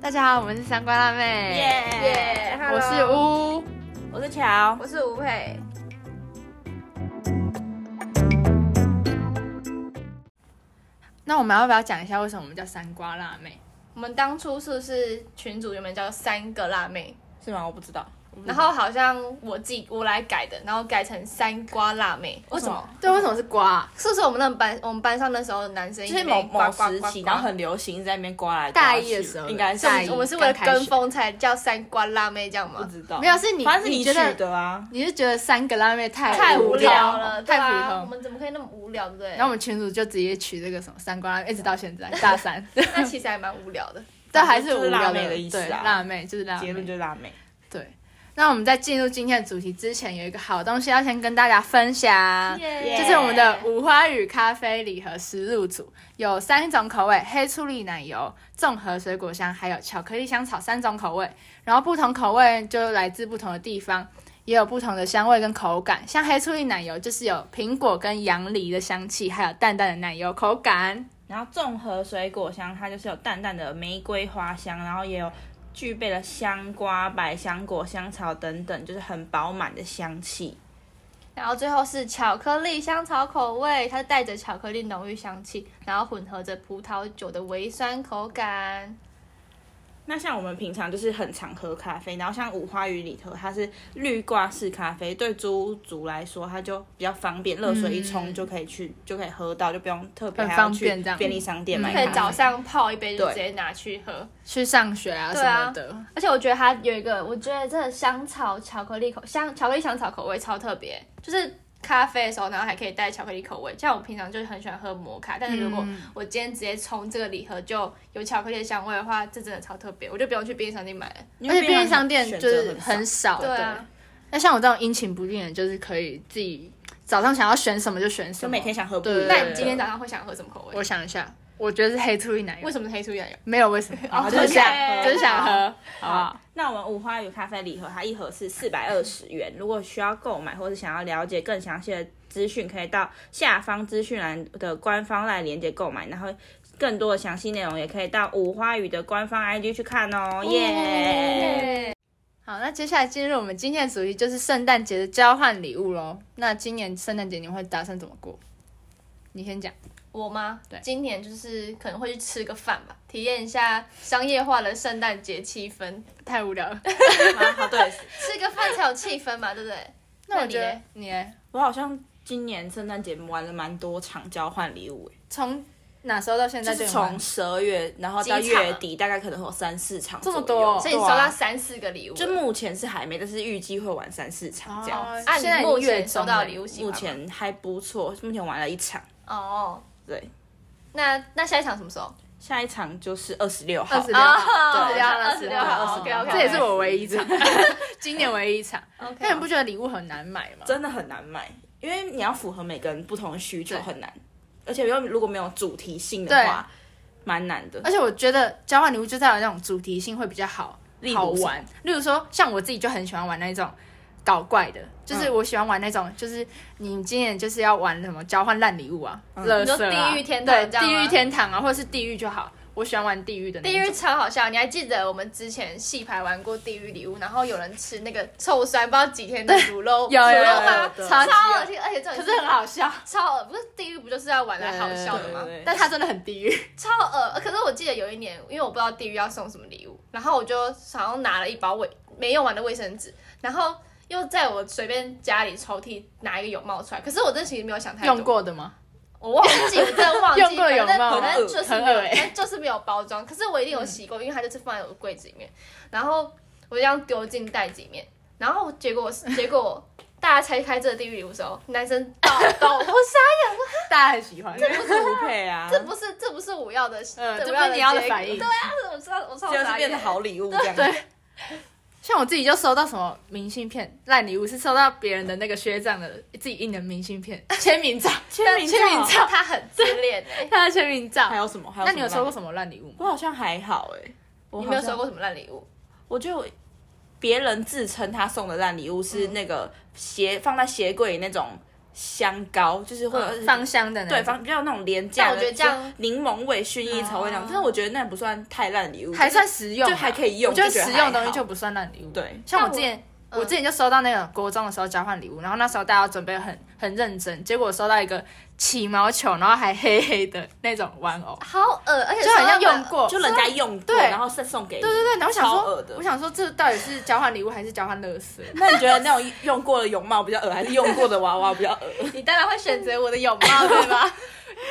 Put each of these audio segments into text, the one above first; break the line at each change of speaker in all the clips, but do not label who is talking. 大家好，我们是三瓜辣妹，
耶
我是乌，
我是乔，
我是吴佩。
那我们要不要讲一下为什么我们叫三瓜辣妹？
我们当初是不是群主原本叫三个辣妹，
是吗？我不知道，
然后好像我自己我来改的，然后改成三瓜辣妹，为什么？
对，为什么是瓜啊、
是不是我们那种班我们班上那时候男生
就是
一直被
某某
呱呱呱
时期，
呱
然后很流行，在那边刮来刮去
大一的时候
应该是
大一
我们是为了
刚开始
跟风才叫三瓜辣妹这样
不
吗？
知道，
没有是你
哦反正是
你
你
觉
取
得
的啊。
你是觉得三个辣妹太
太
无
无
聊啊
聊
了，
了，
太
对
普
吧我
通。
们怎么可以那么无聊，对不对？
然后我们群主就直接取这个什么三瓜辣妹，一直到现在大 三，
那 其实还蛮无聊的。
但还是无
就是
聊
辣妹的意思啊嗯
对，辣妹就是辣
结论
妹。
就是辣妹，
对，那我们在进入今天的主题之前，有一个好东西要先跟大家分享。
耶
就是我们的五花与咖啡礼盒食入组，有三种口味：黑醋栗奶油、综合水果香，还有巧克力香草三种口味。然后不同口味就来自不同的地方，也有不同的香味跟口感。像黑醋栗奶油就是有苹果跟杨梨的香气，还有淡淡的奶油口感。
然后综合水果香，它就是有淡淡的玫瑰花香，然后也有具备了香瓜、百香果、香草等等，就是很饱满的香气。
然后最后是巧克力香草口味，它带着巧克力浓郁香气，然后混合着葡萄酒的微酸口感。
那像我们平常就是很常喝咖啡，然后像五花鱼里头，它是绿挂式咖啡，对猪族来说它就比较方便，热水一冲就可以去、就可以喝到，就不用特别
很
还要
方
去
便这样
便利商店
嗯
买
可
咖
以
啡。
早上泡一杯就
对
直接拿去喝。
去上学啊什
对啊
么的，
而且我觉得它有一个，我觉得这个香草巧克力口香巧克力香草口味超特别，就是咖啡的时候，然后还可以带巧克力口味。像我平常就是很喜欢喝摩卡，但是如果
嗯
我今天直接冲这个礼盒就有巧克力的香味的话，这真的超特别，我就不用去便利商店买了。
因
而且
为
便利商店
选
就
择
是很
很少。
少。
对啊，
那像我这种阴晴不定的，就是可以自己早上想要选什么就选什
就
么。
每天想喝不一
对
样的。
对
那你今天早上会想喝什么口味？
我想一下，我觉得是黑醋栗奶油
为。什么是黑醋洋油？
没有为 什么，啊
哦
就是想
对
就是想喝，好不好？
那我们五花鱼咖啡礼盒，它一盒是四百二十元。如果需要购买或是想要了解更详细的资讯，可以到下方资讯栏的官方来连接购买。然后更多的详细内容也可以到五花鱼的官方 IG 去看哦，耶、
哦
好，那接下来进入我们今天的主题，就是圣诞节的交换礼物喽。那今年圣诞节你会打算怎么过？你先讲，
我吗？
对
今年就是可能会去吃个饭吧，体验一下商业化的圣诞节气氛。
太无聊了。
啊好，对，
吃个饭才有气氛嘛，对不对？
那我
你
觉得
嘞
你嘞
我好像今年圣诞节玩了蛮多场交换礼物，
从哪时候到现
就
在
是
有玩
从十二月，然后到
几场啊
月底，大概可能会有三四场
这么
左右
多哦
所以你收
对啊
到三四个礼物了，
就目前是还没，但是预计会玩三四场这样子。
哦
按
现在已
啊你
经
目
月
前收
中
到
了
的礼物喜欢
目
吗
前还不错，目前玩了一场，
哦，
对，
那那下一场什么时候？
下一场就是二十六号，啊
二十六号，
对
二哦十
26
六
号
号
26号
这也是我唯一一场， 今年唯一一场。但你不觉得礼物很难买吗？
真的很难买，因为你要符合每个人不同的需求
对
很难，而且又如果没有主题性的
对
话，蛮难的。
而且我觉得交换礼物就是要有那种主题性会比较好
例如
好
什
玩。例如说，像我自己就很喜欢玩那种搞怪的，就是
嗯
我喜欢玩那种，就是你今年就是要玩什么交换烂礼物啊，垃
嗯你说
圾啊
地狱天堂
对
这样吗
地狱天堂啊，或者是地狱就好。我喜欢玩地狱的那
地
一种
狱超好笑，你还记得我们之前戏牌玩过地狱礼物，然后有人吃那个臭酸不知道几天的卤肉，
有有
卤肉
有
饭
有
吗
超级
啊超恶心，而且这
可是很好笑，
超恶，不是地狱不就是要玩来好笑的吗
对对？对
但它真的很地狱。
超恶。可是我记得有一年，因为我不知道地狱要送什么礼物，然后我就好像拿了一包卫没用完的卫生纸，然后又在我随便家里抽屉拿一个泳帽出来。可是我这其实没有想太多，
用过的吗？
我忘记，我真的忘记，
用过泳帽
反正就是没
很恶
有，
欸
反正就是没有包装。可是我一定有洗过，因为它就是放在我的柜子里面，然后我就这样丢进袋子里面，然后结果结果。大家拆开这个地狱礼物的时候，男生爆爆， 我傻，
大家很喜欢。
不是吴 佩啊，
这不是这不是我要的，
嗯
对
这
我
不是你要的
结果
反应
对啊，我知道，我知道，
就是变成好礼物这样。
对，像我自己就收到什么明信片烂礼物，是收到别人的那个学长的自己印的明信片签名照，签
名照
签名照，
他很自恋哎、
他的签名照
还。有什么？还有
那你有收
收
过？什么烂礼物吗？
我好像还好哎、我
你
好
没有
像
收过什么烂礼物？
我就
嗯
别人自称他送的烂礼物是那个鞋放在鞋柜里那种香膏，就是会有、
呃芳香的那
对
种
方比较有那种廉
但
价
我
的，
觉得这样
就柠檬味、薰衣草味那种，
哦
但是我觉得那不算太烂礼物，
啊还算实用啊，
就还可以用
我觉得
就觉得
实用的
还
东
好
西就不算烂礼物。
对
像我
但我
之前，
嗯
我之前就收到那种国中的时候交换礼物，然后那时候大家准备很很认真，结果我收到一个起毛球，然后还黑黑的那种玩偶，
好恶，而且
就好像
收到
用过，
就人家用过，
对
然后再送给你。
对对对，然后我想
超恶
说
的，
我想说这到底是交换礼物还是交换乐色？
那你觉得那种用过的泳帽比较恶，还是用过的娃娃比较恶？
你当然会选择我的泳帽 对吧？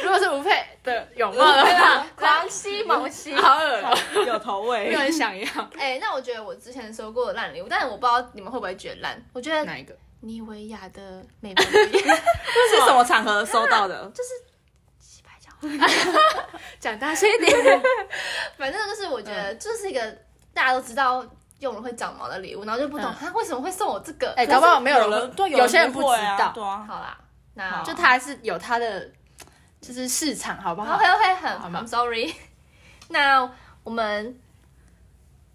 如果是吴佩的泳帽 的
对
话
吧，？狂吸猛吸。
好恶哦，
有 头
没
尾
有人想要。
哎、那我觉得我之前收过的烂礼物，但我不知道你们会不会觉得烂。我觉得
哪一个？
妮维雅的美眉笔
是什么场合收到的？
洗白 胶，
讲大声一点。
反正就是我觉
嗯
得这是一个大家都知道用了会长毛的礼物，然后就不懂
嗯
他、为什么会送我这个。
哎，搞不好没 有
人
人，
对
有些人不
不
知
会啊
道，
对啊，
好啦，那
好
就它还是有它的就是市场，好不好？
OK OK，很
好
哦好
吧
I'm sorry。那我们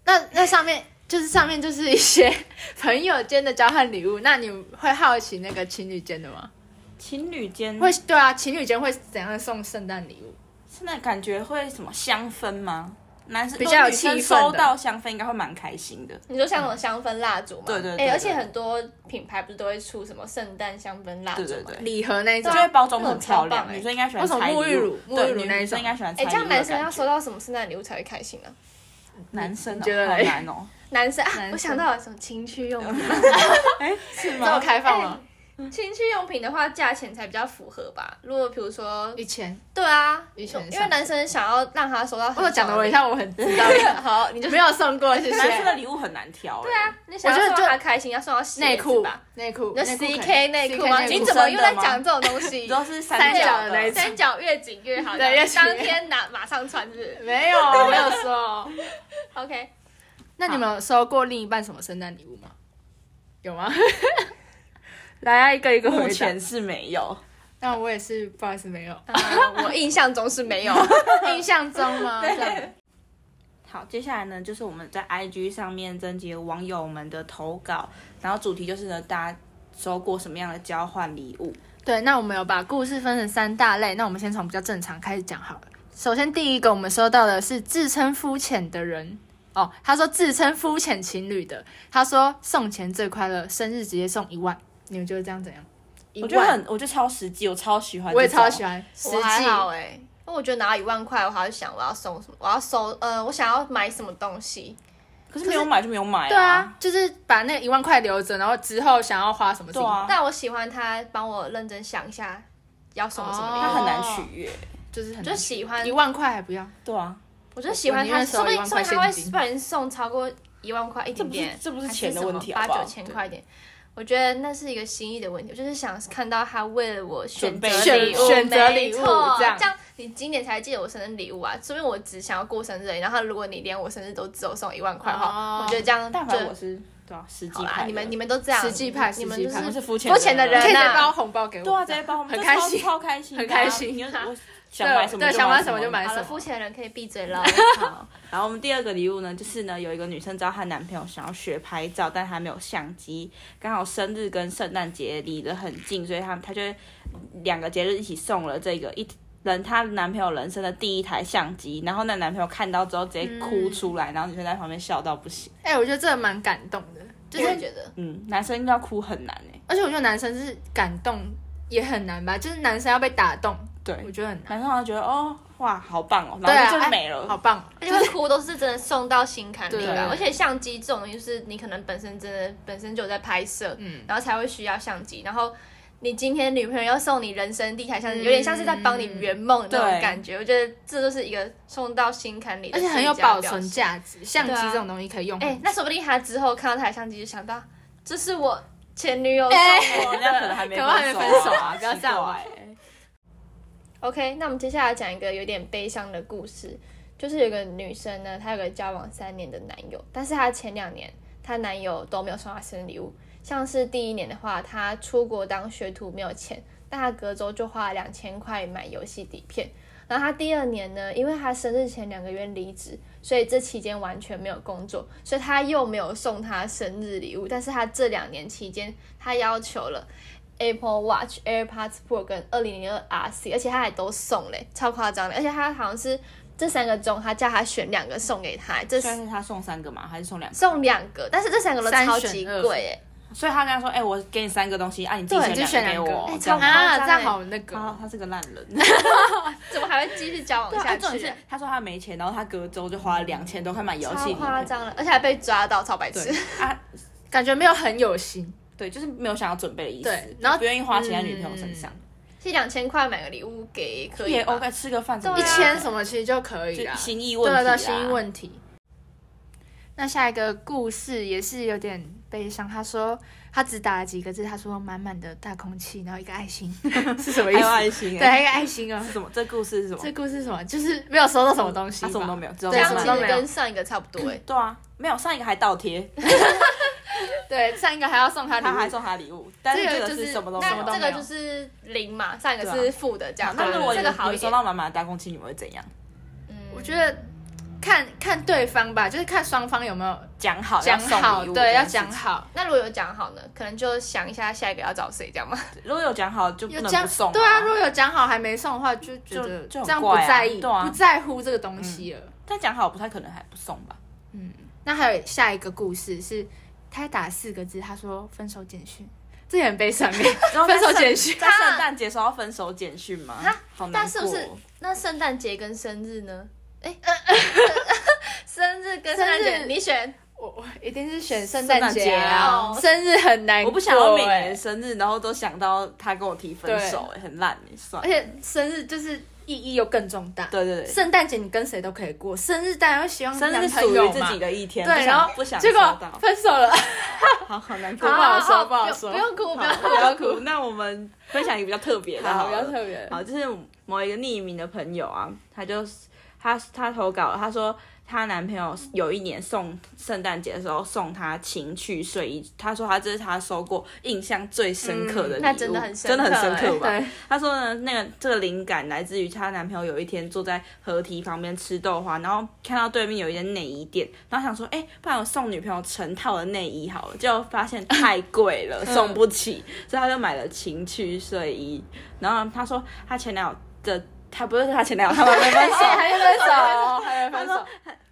那那上面就是上面就是一些 朋友间的交换礼物，那你会好奇那个情侣间的吗？
情侣间
会对啊，情侣间会怎样送圣诞礼物？
现在感觉会什么香氛吗？男生
比较有
女生
气氛的
收到香氛应该会蛮开心的。
你说像那种香氛蜡烛嘛，
对对对
哎、
对
而且很多品牌不是都会出什么圣诞香氛蜡烛
对
嘛？
对对，
礼盒那一种
就，会包装得很漂
那种超
亮，
棒欸
女生应该喜欢
那种
彩
沐浴乳沐
对
浴乳那一
女生
种
应该喜欢
哎、
彩礼
这样
物的
男生
感
要
觉
收到什么圣诞礼物才会开心呢、
男生
你
哦
觉得
好
嘞
难 哦，
男生啊，
男生
我想到了什么情趣用品，
哎，是
这么
吗？
开放吗？
情趣用品的话，价钱才比较符合吧。如果比如说，
以前
对啊，
以前
因为男生想要让他收到很
我有
爽的礼物，
讲的我一下我很知道，
好，你就
没有送过，谢
男生
谢
的。礼物很难挑，欸
对
对，
啊，你想
我觉
要
得
送
就
到他开心，要送到鞋子
内裤
吧？，
内裤，
那
内裤可以
CK 内裤吗？
CK 内
你
裤
怎么又在
真的吗
讲这种东 西
你？都是
三
三
角
角
的那一种
啊三角越紧越好，
对越紧越好
当天拿马上穿是不是
没有， 没有送。
？OK，
那你们有收过另一半什么圣诞礼物吗？有吗？ 来啊，一个一个
目
回答
前。是没有，
那我也是，不好意思，没有。
呃我印象中是没 有。
印象中 吗？这样
好，接下来呢，就是我们在 IG 上面征集网友们的投稿，然后主题就是呢，大家收过什么样的交换礼物？
对，那我们有把故事分成三大类，那我们先从比较正常开始讲好了。首先，第一个我们收到的是自称肤浅的人哦，他说自称肤浅情侣的，他说送钱最快乐，生日直接送一万，你们觉得这样怎样？一
我觉得很，我觉得超实际，我超喜欢，
我也超喜。欢，实
我还
际
好哎、因为我觉得拿到一万块，我还会想我要送什么，我要收呃，我想要买什么东西。
可是没有买就没有买、啊，
对啊，就是把那一万块留着，然后之后想要花什么事情
对啊
但我喜欢他帮我认真想一下要送我什么礼物，
那很难取
哦
悦。
就是很
就喜欢
一，万块还不要，
对啊，
我就喜
我
欢
宁
他，
愿收
说不定
1万
说
块
不定他会
现金
不小心送超过一万块一点点，
这不是这不是
还
钱的
什么
问题好
八
不好
九千块一点。我觉得那是一个心意的问题，我就是想看到他为了我选
准
择
备
礼
选
物，
选择礼物
没错
这
这
样
你今年才记得我生日礼物啊，说明我只想要过生日而已。然后如果你连我生日都只有送一万块的话，
哦
我觉得这样
但
就
凡我是对啊，实际
好
派
啦，
的
你们你们都这样，
实际派
你们
实际
就
派
我
是
是肤浅
肤浅的
可以
人
直 接
呐、
包红包给我，
啊对啊，直接帮我们
很
就
开
超
心
超开心的啊，
很开心
你就
好
我想买什么
对，
就
想
买
买什么就买
好
什
了，
么
肤。浅的人可以闭嘴了。
好，然后我们第二个礼物呢，就是呢，有一个女生知道她男朋友想要学拍照，但还没有相机，刚好生日跟圣诞节离得很近，所以她她就两个节日一起送了这个一人她男朋友人生的第一台相机，然后那男朋友看到之后直接
嗯
哭出来，然后女生在旁边笑到不行。
哎、我觉得这个蛮感动的，就
就是是觉得
嗯，男生要哭很难哎、
而且我觉得男生是感动也很难吧，就是男生要被打动，我
对，
觉得很难。
男生好像觉得哦哇好棒哦，
对
然
啊，
后就
哎
没了。
好棒哦！
而且哭都是真的送到心坎里
对
吧，而且相机这种东西就是你可能本身真的本身就有在拍摄，
嗯
然后才会需要相机，然后你今天女朋友要送你人生第一台相机，
嗯
有点像是在帮你圆梦的那
对
种感觉，我觉得这就是一个送到心坎里的
而
最
且
佳表
很
现，
有保存价值，相机
对啊
这种东西可以用很
哎、
久。
那说不定他之后看到台相机就想到，这是我前女友送
哎
我
人
的。
家可能还没
可能还没
分
分手
手
啊不要
奇
这样
怪欸
OK，那我们接下来讲一个有点悲伤的故事，就是有个女生呢，她有个交往三年的男友，但是她前两年她男友都没有送她生日礼物，像是第一年的话，她出国当学徒没有钱，但她隔周就花了两千块买游戏底片。然后她第二年呢，因为她生日前两个月离职，所以这期间完全没有工作，所以她又没有送她生日礼物。但是她这两年期间，她要求了 Apple Watch、AirPods Pro 跟二零零二 RC，而且他还都送嘞，超夸张的。而且他好像是这三个中，他叫他选两个送给他，这
虽然是他送三个嘛，还是送两个？
送两个，但是这三个都
三
超
选
级
二
贵哎，
所以他跟他说：“哎、我给你三个东西，啊，你自己
对，就
选
选
两
两
给
个，
我。
哎
这样
超夸张
啊，
欸
这样好那个
啊，他是个烂 人。
怎么还会继续交往
对
下
啊，
去？
重点是他说他没钱，然后他隔周就花了两千多块买游
超
戏礼
夸
物。
张了，而且还被抓到，超白痴
对。啊，
感觉没有很有心。
对，就是没有想要准备的意思，
对然后
就不愿意花钱在女朋友身上，
这两千块买个礼物给可以
也
吗
OK，吃个饭怎么
嗯对
一
啊
千什么其实就可以
就
啦。
心意问
对
题
对啊
啦
对，心意问题。那下一个故事也是有点悲伤。他说他只打了几个字，他说满满的大空气，然后一个爱 心，是什么意
还有
思？
爱心、
对，
哎
还有一个爱心哦
是。什么？这故事是什么？
这故事是什么？就是没有收到什么东西
他
吧，
什么都没有，只有
这
对
样
什么
慢
其
都
慢
没
实
有嗯
跟上一个差不多哎。
对啊，没有上一个还倒贴，
对，上一个还要送他礼
他还
物，
送他礼物，但是
这
这
个
个
就是
是什么都没
那
什么都
这
没有
有。
啊
个就是零嘛，上一个
对
是负的这样，
那如果
这
你
个好
们
一
收
点。嗯
到满满的大空气，你们会怎样？
我觉得看看对方吧，就是看双方有没有
讲好
讲
送
好，
礼物
对，要
这件
讲
事情。
好。
那如果有讲好呢，可能就想一下下一个要找谁这样吗？
如果有讲好，就不
有
能
讲
不送。
对啊，如果有讲好还没送的话，就觉得
就就很
这样不
怪啊
在意，
对啊嗯
不在乎这个东西了。
但讲好不太可能还不送吧？
那还有下一个故事是，他打四个字，他说分手简讯，这也很悲伤耶，欸
然后在
分手
圣
简 讯。
在圣诞节收到分手简讯吗？好难
但
过。哦
是不是那圣诞节跟生日呢？哎， 生日跟
生
圣
日
诞节你选，
我我一定是选圣
圣
诞
诞
节
节
啊
啊，
生日很难过欸
我不想要每年
耶
生日，然后都想到他跟我提分手，哎，很烂，你算
而。且生日就是意义又更重大。
对对对，
圣诞节你跟谁都可以过，生日当然会希望
生日
男
是
朋
属
友
于自
嘛
己的一天，不
对，
想
然后
不想
结
收
果
到，
分手了，
好好难过
不。好说
好
不好
不
说
不用哭，不用
不
哭。
要哭。那我们分享一个比较特别的，
好，
好
比
了
较特别。
好，就是某一个匿名的朋友啊，他就是他他投稿了，他说她男朋友有一年送圣诞节的时候送她情趣睡衣，他说他这是他收过印象最深刻的礼物，
嗯那真的很深
真的
刻
很深
欸
刻吧？
对，
她说呢，那个这个灵感来自于她男朋友有一天坐在河堤旁边吃豆花，然后看到对面有一间内衣店，然后想说，哎、不然我送女朋友成套的内衣好了，结果发现太贵了，送不起，所以她就买了情趣睡衣。然后她说，她前男友的，她不是她前男友，他们没 分手。
还没分手，还没分手。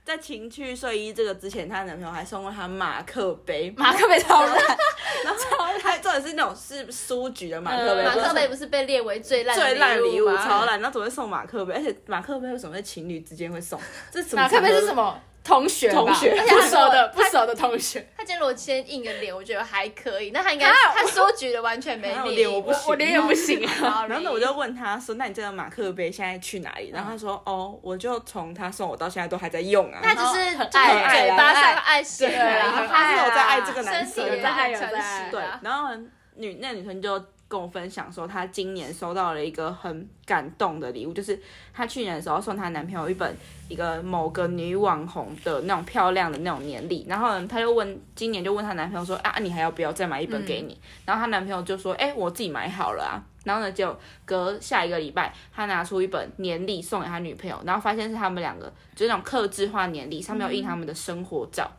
在情趣睡衣这个之前，她男朋友还送过她马克 杯，
马克杯超烂，
然后还重点是那种是书局的马克杯，
嗯
马
不是
克杯不是被列为最烂的
最烂礼
礼
物，
吗
超烂。然后怎么会送马克杯？而且马克杯为什么在情侣之间会送？这什么
马克杯是什
么？
么？同学吧，
同学
而且不熟的不熟的同学，
他今天如果先印个脸，我觉得还可以。那他应该
啊
他说举的完全没
然后
力，
啊脸我不
我
行，
我脸也不行啊。
Sorry
然后呢，我就问他说：“那你这个马克杯现在去哪里？”然后他说：“哦，我就从他送我到现在都还在用啊。”
那就是
很
就是
爱
啊
嘴巴上爱写
对啊
然后
很爱
他
啊
是有在爱这个男
身体
生，啊
也
在爱有
很
在
诚
爱
实啊
对
的，。
然后女那女生就跟我分享说，她今年收到了一个很感动的礼物，就是她去年的时候送她男朋友一本一个某个女网红的那种漂亮的那种年历，然后呢，她就问今年就问她男朋友说啊，你还要不要再买一本给你？然后她男朋友就说，哎、我自己买好了啊。然后呢，就隔下一个礼拜，他拿出一本年历送给他女朋友，然后发现是他们两个就是那种刻制化年历，上面有印他们的生活照，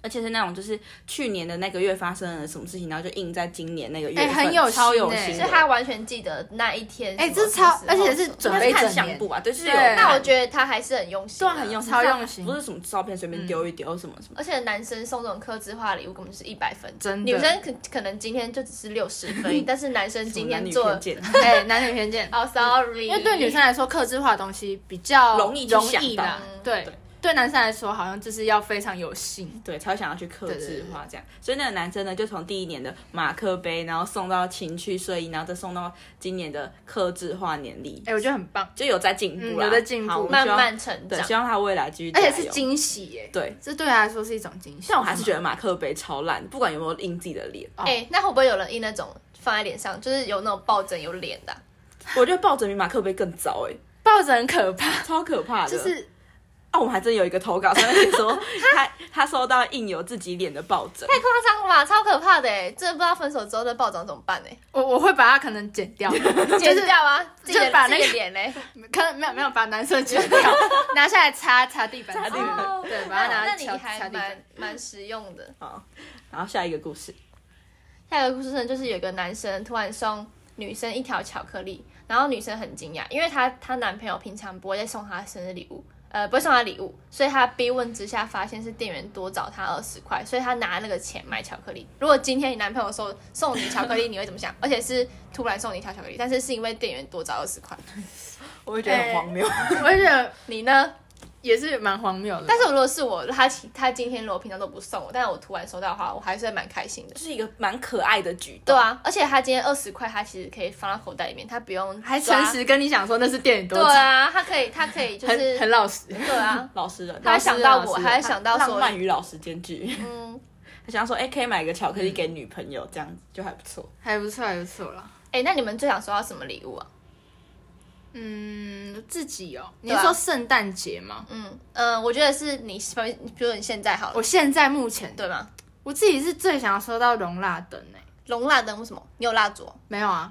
而且是那种就是去年的那个月发生了什么事情，然后就印在今年那个月份，
哎很有心
超有
哎
心
所
的，
以他完全记得那一天什么
哎，
时候
这超，而
什么时候。
且是准
他
备
是
整
看
年
相簿，啊吧，对，就是有
对
看。
那我觉得他还是很用心
对
啊，
啊很用心，嗯
超用心
不是什么照片随便丢一丢什么什么。
而且男生送这种克制化礼物根本就是一百分，
真的
女生可可能今天就只是六十分，但是男生今
男
天
女
做
偏，见，
哎，男女偏见。
哦，sorry，
因为对女生来说，克制化的东西比较
容易去
容
想
易
到
啦
嗯。
对
对，
对男生来说，好像就是要非常有心。
对，才会想要去克
对对
制
对
化这样。所以那个男生呢，就从第一年的马克杯，然后送到情趣睡衣，然后再送到今年的克制化年历，
哎，我觉得很棒，
就有在进步
嗯
啦，
有在进步
好我们
慢
希望
慢成
对，
长，
希望他未来继续加
而
油，
且是惊喜耶。
对。
这对他来说是一种惊喜。
但我还是觉得马克杯超烂，不管有没有印自己的脸，
哦
哎、那会不会有人印那种放在脸上，就是有那种抱枕有脸的啊、
我觉得抱枕比马克杯更糟哎、
抱着很可怕，
超可怕的。
就是
啊，我们还真有一个投稿，上面说他他收到印有自己脸的抱枕，
太夸张了吧，超可怕的哎！真的不知道分手之后的暴涨怎么办呢？
我我会把它可能剪 掉，
剪掉啊，自己的
哦就把那个
自己的脸欸 嘞，
可能没有没有把男生剪掉，拿下来擦擦地板，
擦地板
哦
对，把它拿
那
来
你
敲
还
擦地板
蛮。蛮实用的。
然后下一个故事，
下一个故事呢，就是有个男生突然送女生一条巧克力，然后女生很惊讶，因为她她男朋友平常不会再送她生日礼物，呃，不会送她礼物，所以她逼问之下发现是店员多找她二十块，所以她拿那个钱买巧克力。如果今天你男朋友说送你巧克力，你会怎么想？而且是突然送你一条巧克力，但是是因为店员多找二十块，
我会觉得
哎
很荒 谬。
我也觉得
你呢？
也是蛮荒谬的。
但是我如果是我，他其他今天如果平常都不送我，但是我突然收到的话，我还是会蛮开心的。
是一个蛮可爱的举动。
对，啊，而且他今天二十块，他其实可以放到口袋里面，他不用
还
抓
诚。实跟你讲说那是店里多
对
少，
啊，他可以，他可以就
很
是
很老 实。
对啊，
老实人，
他还想到
老
我，
实
还会想到
浪
说，
漫与老实兼具。
啊嗯，
他想要说，哎、可以买个巧克力给女朋友，这样子就还不错。
还不错，还不错啦。
哎、那你们最想收到什么礼物啊？
嗯，自己哦，你
啊
是说圣诞节吗？
嗯嗯、呃我觉得是你，比如你现在好了，
我现在目前
对吗？
我自己是最想要收到容蜡灯诶、
龙蜡灯为什么？你有蜡烛哦？
没有 啊，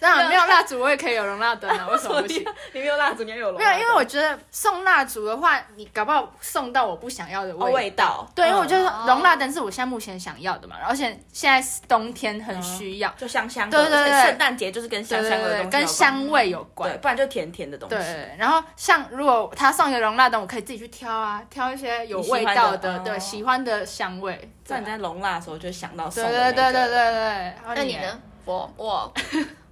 当然没有蜡烛我也可以有容蜡灯啊，为什么不行？
你没有蜡烛，你要有龙
没啊有，因为我觉得送蜡烛的话，你搞不好送到我不想要的
哦味
味。
道，
对，因为我
嗯
觉得
哦
容蜡灯是我现在目前想要的嘛，而且现在是冬天很需要，
就香香的，
对对对
而且圣诞节就是跟
对
香
对
香的
对对，
东西有
跟
关
香味有关
对，。不然就甜甜的东西。
对，对然后像如果他送一个容蜡灯，我可以自己去挑啊，挑一些有
你喜欢
味
的
道的，
哦
对，喜欢的香味。
在你在容蜡的时候就想到送
对
的
对对对对
对，
对。
那你呢？？我 我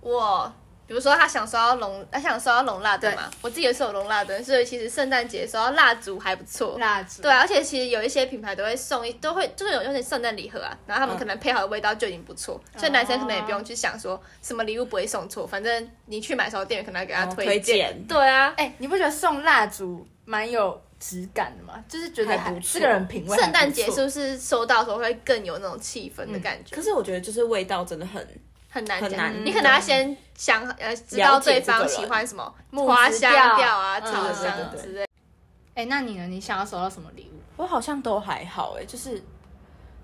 我，比如说他想收到龙，他想收到龙蜡灯嘛，我自己也是有龙蜡灯，所以其实圣诞节收到蜡烛还不错。
蜡烛。
对啊，而且其实有一些品牌都会送一，都会就是有用点圣诞礼盒啊，然后他
嗯
们
哦
可能配好的味道就已经不错，所以男生可能也不用去想说什么礼物不会送错，反正你去买的时候店员可能要给他
哦
推
推
荐。
荐
对啊，
哎、你不觉得送蜡烛蛮有质感的吗？就是觉得
还不
这
错
个人品味还不错。
圣诞节是不是收到的时候会更有那种气氛的感觉？
嗯可是我觉得就是味道真的很
很难
很
讲，
难
你可能要先想呃，知道
了解
对
这个
方
人
喜欢什么
木
花
质
香
调
调啊、
嗯
草
对对
香
对对
之类。
哎、那你呢？你想要收到什么礼物？，
我好像都还好哎、就是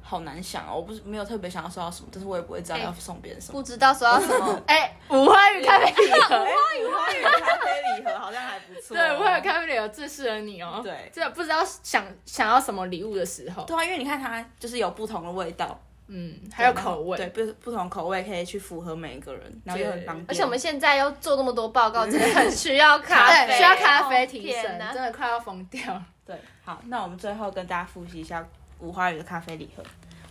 好难想哦。我不是没有特别想要收到什么，但是我也不会知道要送别人什么。
不知道收到什么
哎、五花鱼咖啡，
哎五花与咖啡礼盒好像还不错
对，五花鱼咖啡有最适合你哦。
对
这不知道想想要什么礼物的时候，
对啊，因为你看它就是有不同的味道，
嗯，还有口味，
对，不不同口味可以去符合每一个人，然后又很方便。
而且我们现在又做那么多报告，真的很需要咖
对
啡，
需要咖
哦
啡提
天
神，
哪
真的快要疯掉了。
对，好，那我们最后跟大家复习一下五花鱼的咖啡礼盒。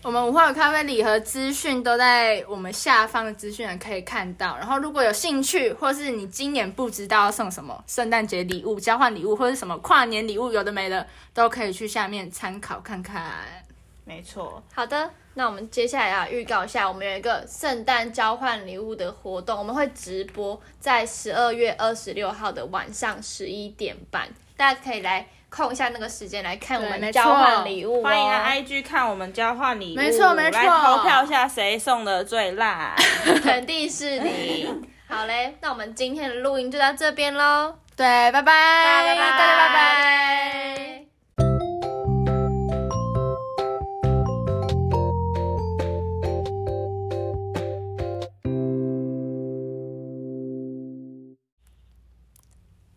我们五花有咖啡礼盒资讯都在我们下方的资讯栏可以看到。然后，如果有兴趣，或是你今年不知道要送什么圣诞节礼物、交换礼物，或是什么跨年礼物，有的没的，都可以去下面参考看看。
没错，
好的，那我们接下来啊，预告一下，我们有一个圣诞交换礼物的活动，我们会直播在十二月二十六号的晚上十一点半，大家可以来空一下那个时间来看我
对没
们
错
交换礼物、哦，
欢迎来 IG 看我们交换礼物，
没错没错
来投票一下谁送的 最辣。
肯定是你。好嘞，那我们今天的录音就到这边喽，
对，拜拜，拜
拜
大家拜拜。
拜。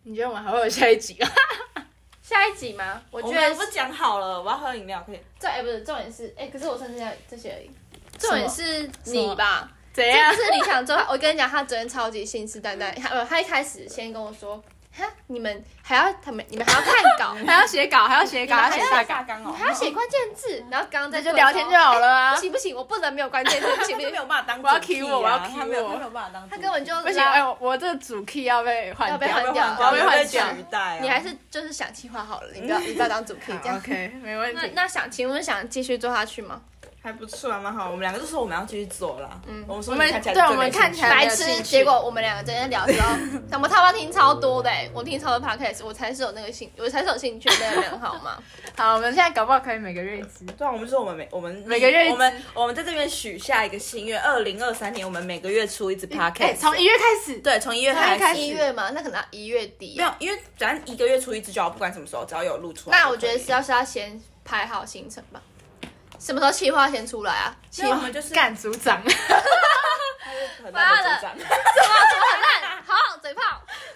你觉得我们还会有下一 集吗？
下一集吗？
我
我觉
们
得
不讲好了，我要喝饮料，可以。
这哎、不是重点是哎、可是我剩下这些而已。重点是你吧？
怎
这
样
不？是理想中，我跟你讲，他昨天超级信誓旦旦，他呃他一开始先跟我说，哈，你们还要他们你们还要看 稿，
还要写稿，还要写稿，还要
还
写
要
大
下
稿，
大纲哦，
还要写关键字，然后刚刚在
那就聊天就好了啊
哎不。行不行，我不能没有关键字，不
他
行不
没
行，
有办法当主
我要
题
cue
啊，
我我要 cue
他没有
我
他没有办法当主题，
他根本就
不行，
拉
哎、我我这个主 key 要被换掉，
要被
要
换
被
掉
换
要被换
掉
掉
取代啊，
你还是就是想气话好了，你不要你不要当主 K 这
好
样。
OK，没问
那
题。
那想请问想继续做下去吗？
还不错，啊还蛮好。我们两个就说我们要继续做啦。嗯，我们说
我们
你看起来
对
就
我们
没兴
看
趣
起来
白
没有
痴，
兴趣
结果我们两个在那聊 的时候，什么他妈听超多的、欸，我听超多 podcast，我才是有那个兴，我才是有兴趣的人，好 吗？
好，我们现在搞不好可以每个月一集。
对啊，我们就说我们每我们
每个月
我们我们在这边许下一个心愿，二零二三年我们每个月出一支 podcast，、
哎，从一月开始，
对从一月
从一开
开
始
始，
一月嘛，那可能要一月底、啊
没有，因为反正一个月出一支就好，不管什么时候只要有录出来就
那
可以。
我觉得是要是要先排好行程吧。什么时候计划先出来啊？
没有，我们就是
干组长。
很大的组长，
什么什么很烂，好嘴炮。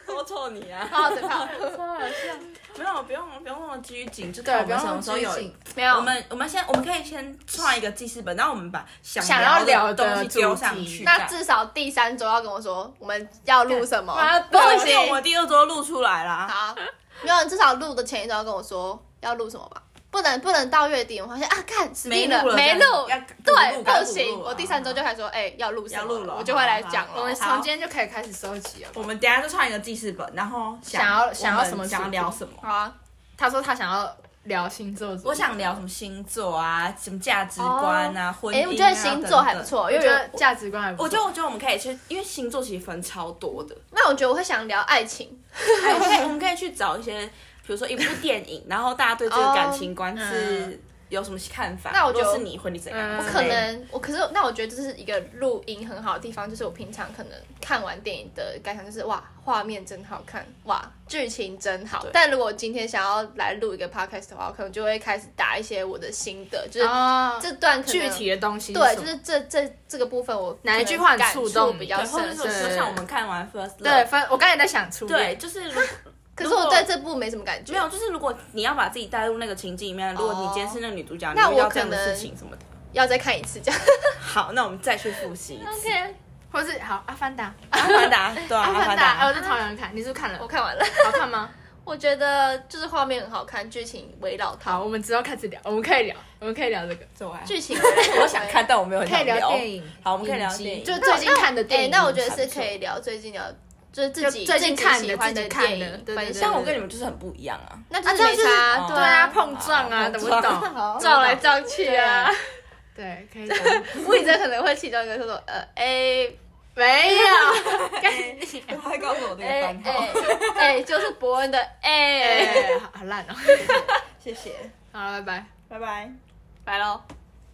我臭你啊！
泡着泡着，
超好笑，
没有，不用不用那么拘谨，就
对，啊不
看我们
用
什
那
么
么
时候有
拘谨
没有
我们我们先我们可以先创一个记事本，然后我们把想
想要
要
聊的
的东西
主
丢上
题
去。
那至少第三周要跟我说我们要录什么
妈，
不
的
不
行
行，。啊我们第二周录出来啦。
好，没有，你至少录的前一周要跟我说要录什么吧，不能不能到月底我发现啊，看死
没
定
录了
没
这
录
样要，
对，
补录该
不
补
行，
录
我
啊
第三周就开始说，哎，要录什
要
么
录
了，
了
我就会来讲
好
了。
好
我们
好
从今天就可以开始收集了吧。
我们等一下就创一个记事本，然后
想要想
想
要
我们
什么
想
主
要
题
聊什么。
好啊，
他说他想要聊星座主题，
我想聊什么星座啊，什么价值观啊，婚姻、啊。
哎，我觉得星座还不
等
错，
我
因
觉
为
得价值观还不
等。
错。
我觉得，我觉得我们可以去，因为星座其实分超多 的，
那我觉得我会想聊爱情，
哎我们可以我们可以去找一些，比如说一部电影，然后大家对这个感情观是有什么看法？
哦那我
如
觉得
果是你会你怎样？
嗯
我可能我可是那我觉得这是一个录音很好的地方，就是我平常可能看完电影的感想就是哇，画面真好看，哇，剧情真好
对。
但如果我今天想要来录一个 podcast 的话，我可能就会开始打一些我的心得，就是
啊，
这段可能
具体的东西
对，
什
就
么
是这这这个部分我
哪一句
可能
话很
感
触
触
动你
比
对
较
或者
深
是我
是
说像我们看完 First
对，
Love，
反我刚才也在想初
对，
恋，
就是
可是我对这部没什么感觉
没。有，就是如果你要把自己带入那个情境里面，如果你今天是那个女主角，你
那
遇到
我
这样的
可能
事情什么的，
要再看一次这样。
好，那我们再去复习一次。
OK，
或是好《阿凡达》，
阿凡达，对
《
啊，
阿
阿
凡
凡
达》哎，
达
我，在桃园看，你是不是看了
我？看完了，
好看吗？
我觉得就是画面很好看，剧情围绕
好，
它，
我们之后开始聊，我们可以聊，我们可以聊这个，
走啊
剧情
我想看，但我没有很
可以
想
聊电影，
好，我们可以聊
影集
电影。
就 最近看的电
哎，
影。
那我觉得是可以聊最近聊，就是自己
就最近
自己
看的
喜欢
自己看的
电影
对对
分
对
享
像，我跟你们就是很不一样啊。
那
啊，
就
这样
是没
就是
差，
哦
对
对啊，
啊，
碰撞啊，
好
懂不
碰撞
懂？
好
撞来撞去 啊。
对，可以聊。
吴宇真可能会其中一个说说，呃，哎
没 有，
我还告诉我这个
哎
番
哎
号，
哎，就是伯恩的哎，
哎好好烂哦。
谢谢，
好了，拜拜。
拜拜。
来喽。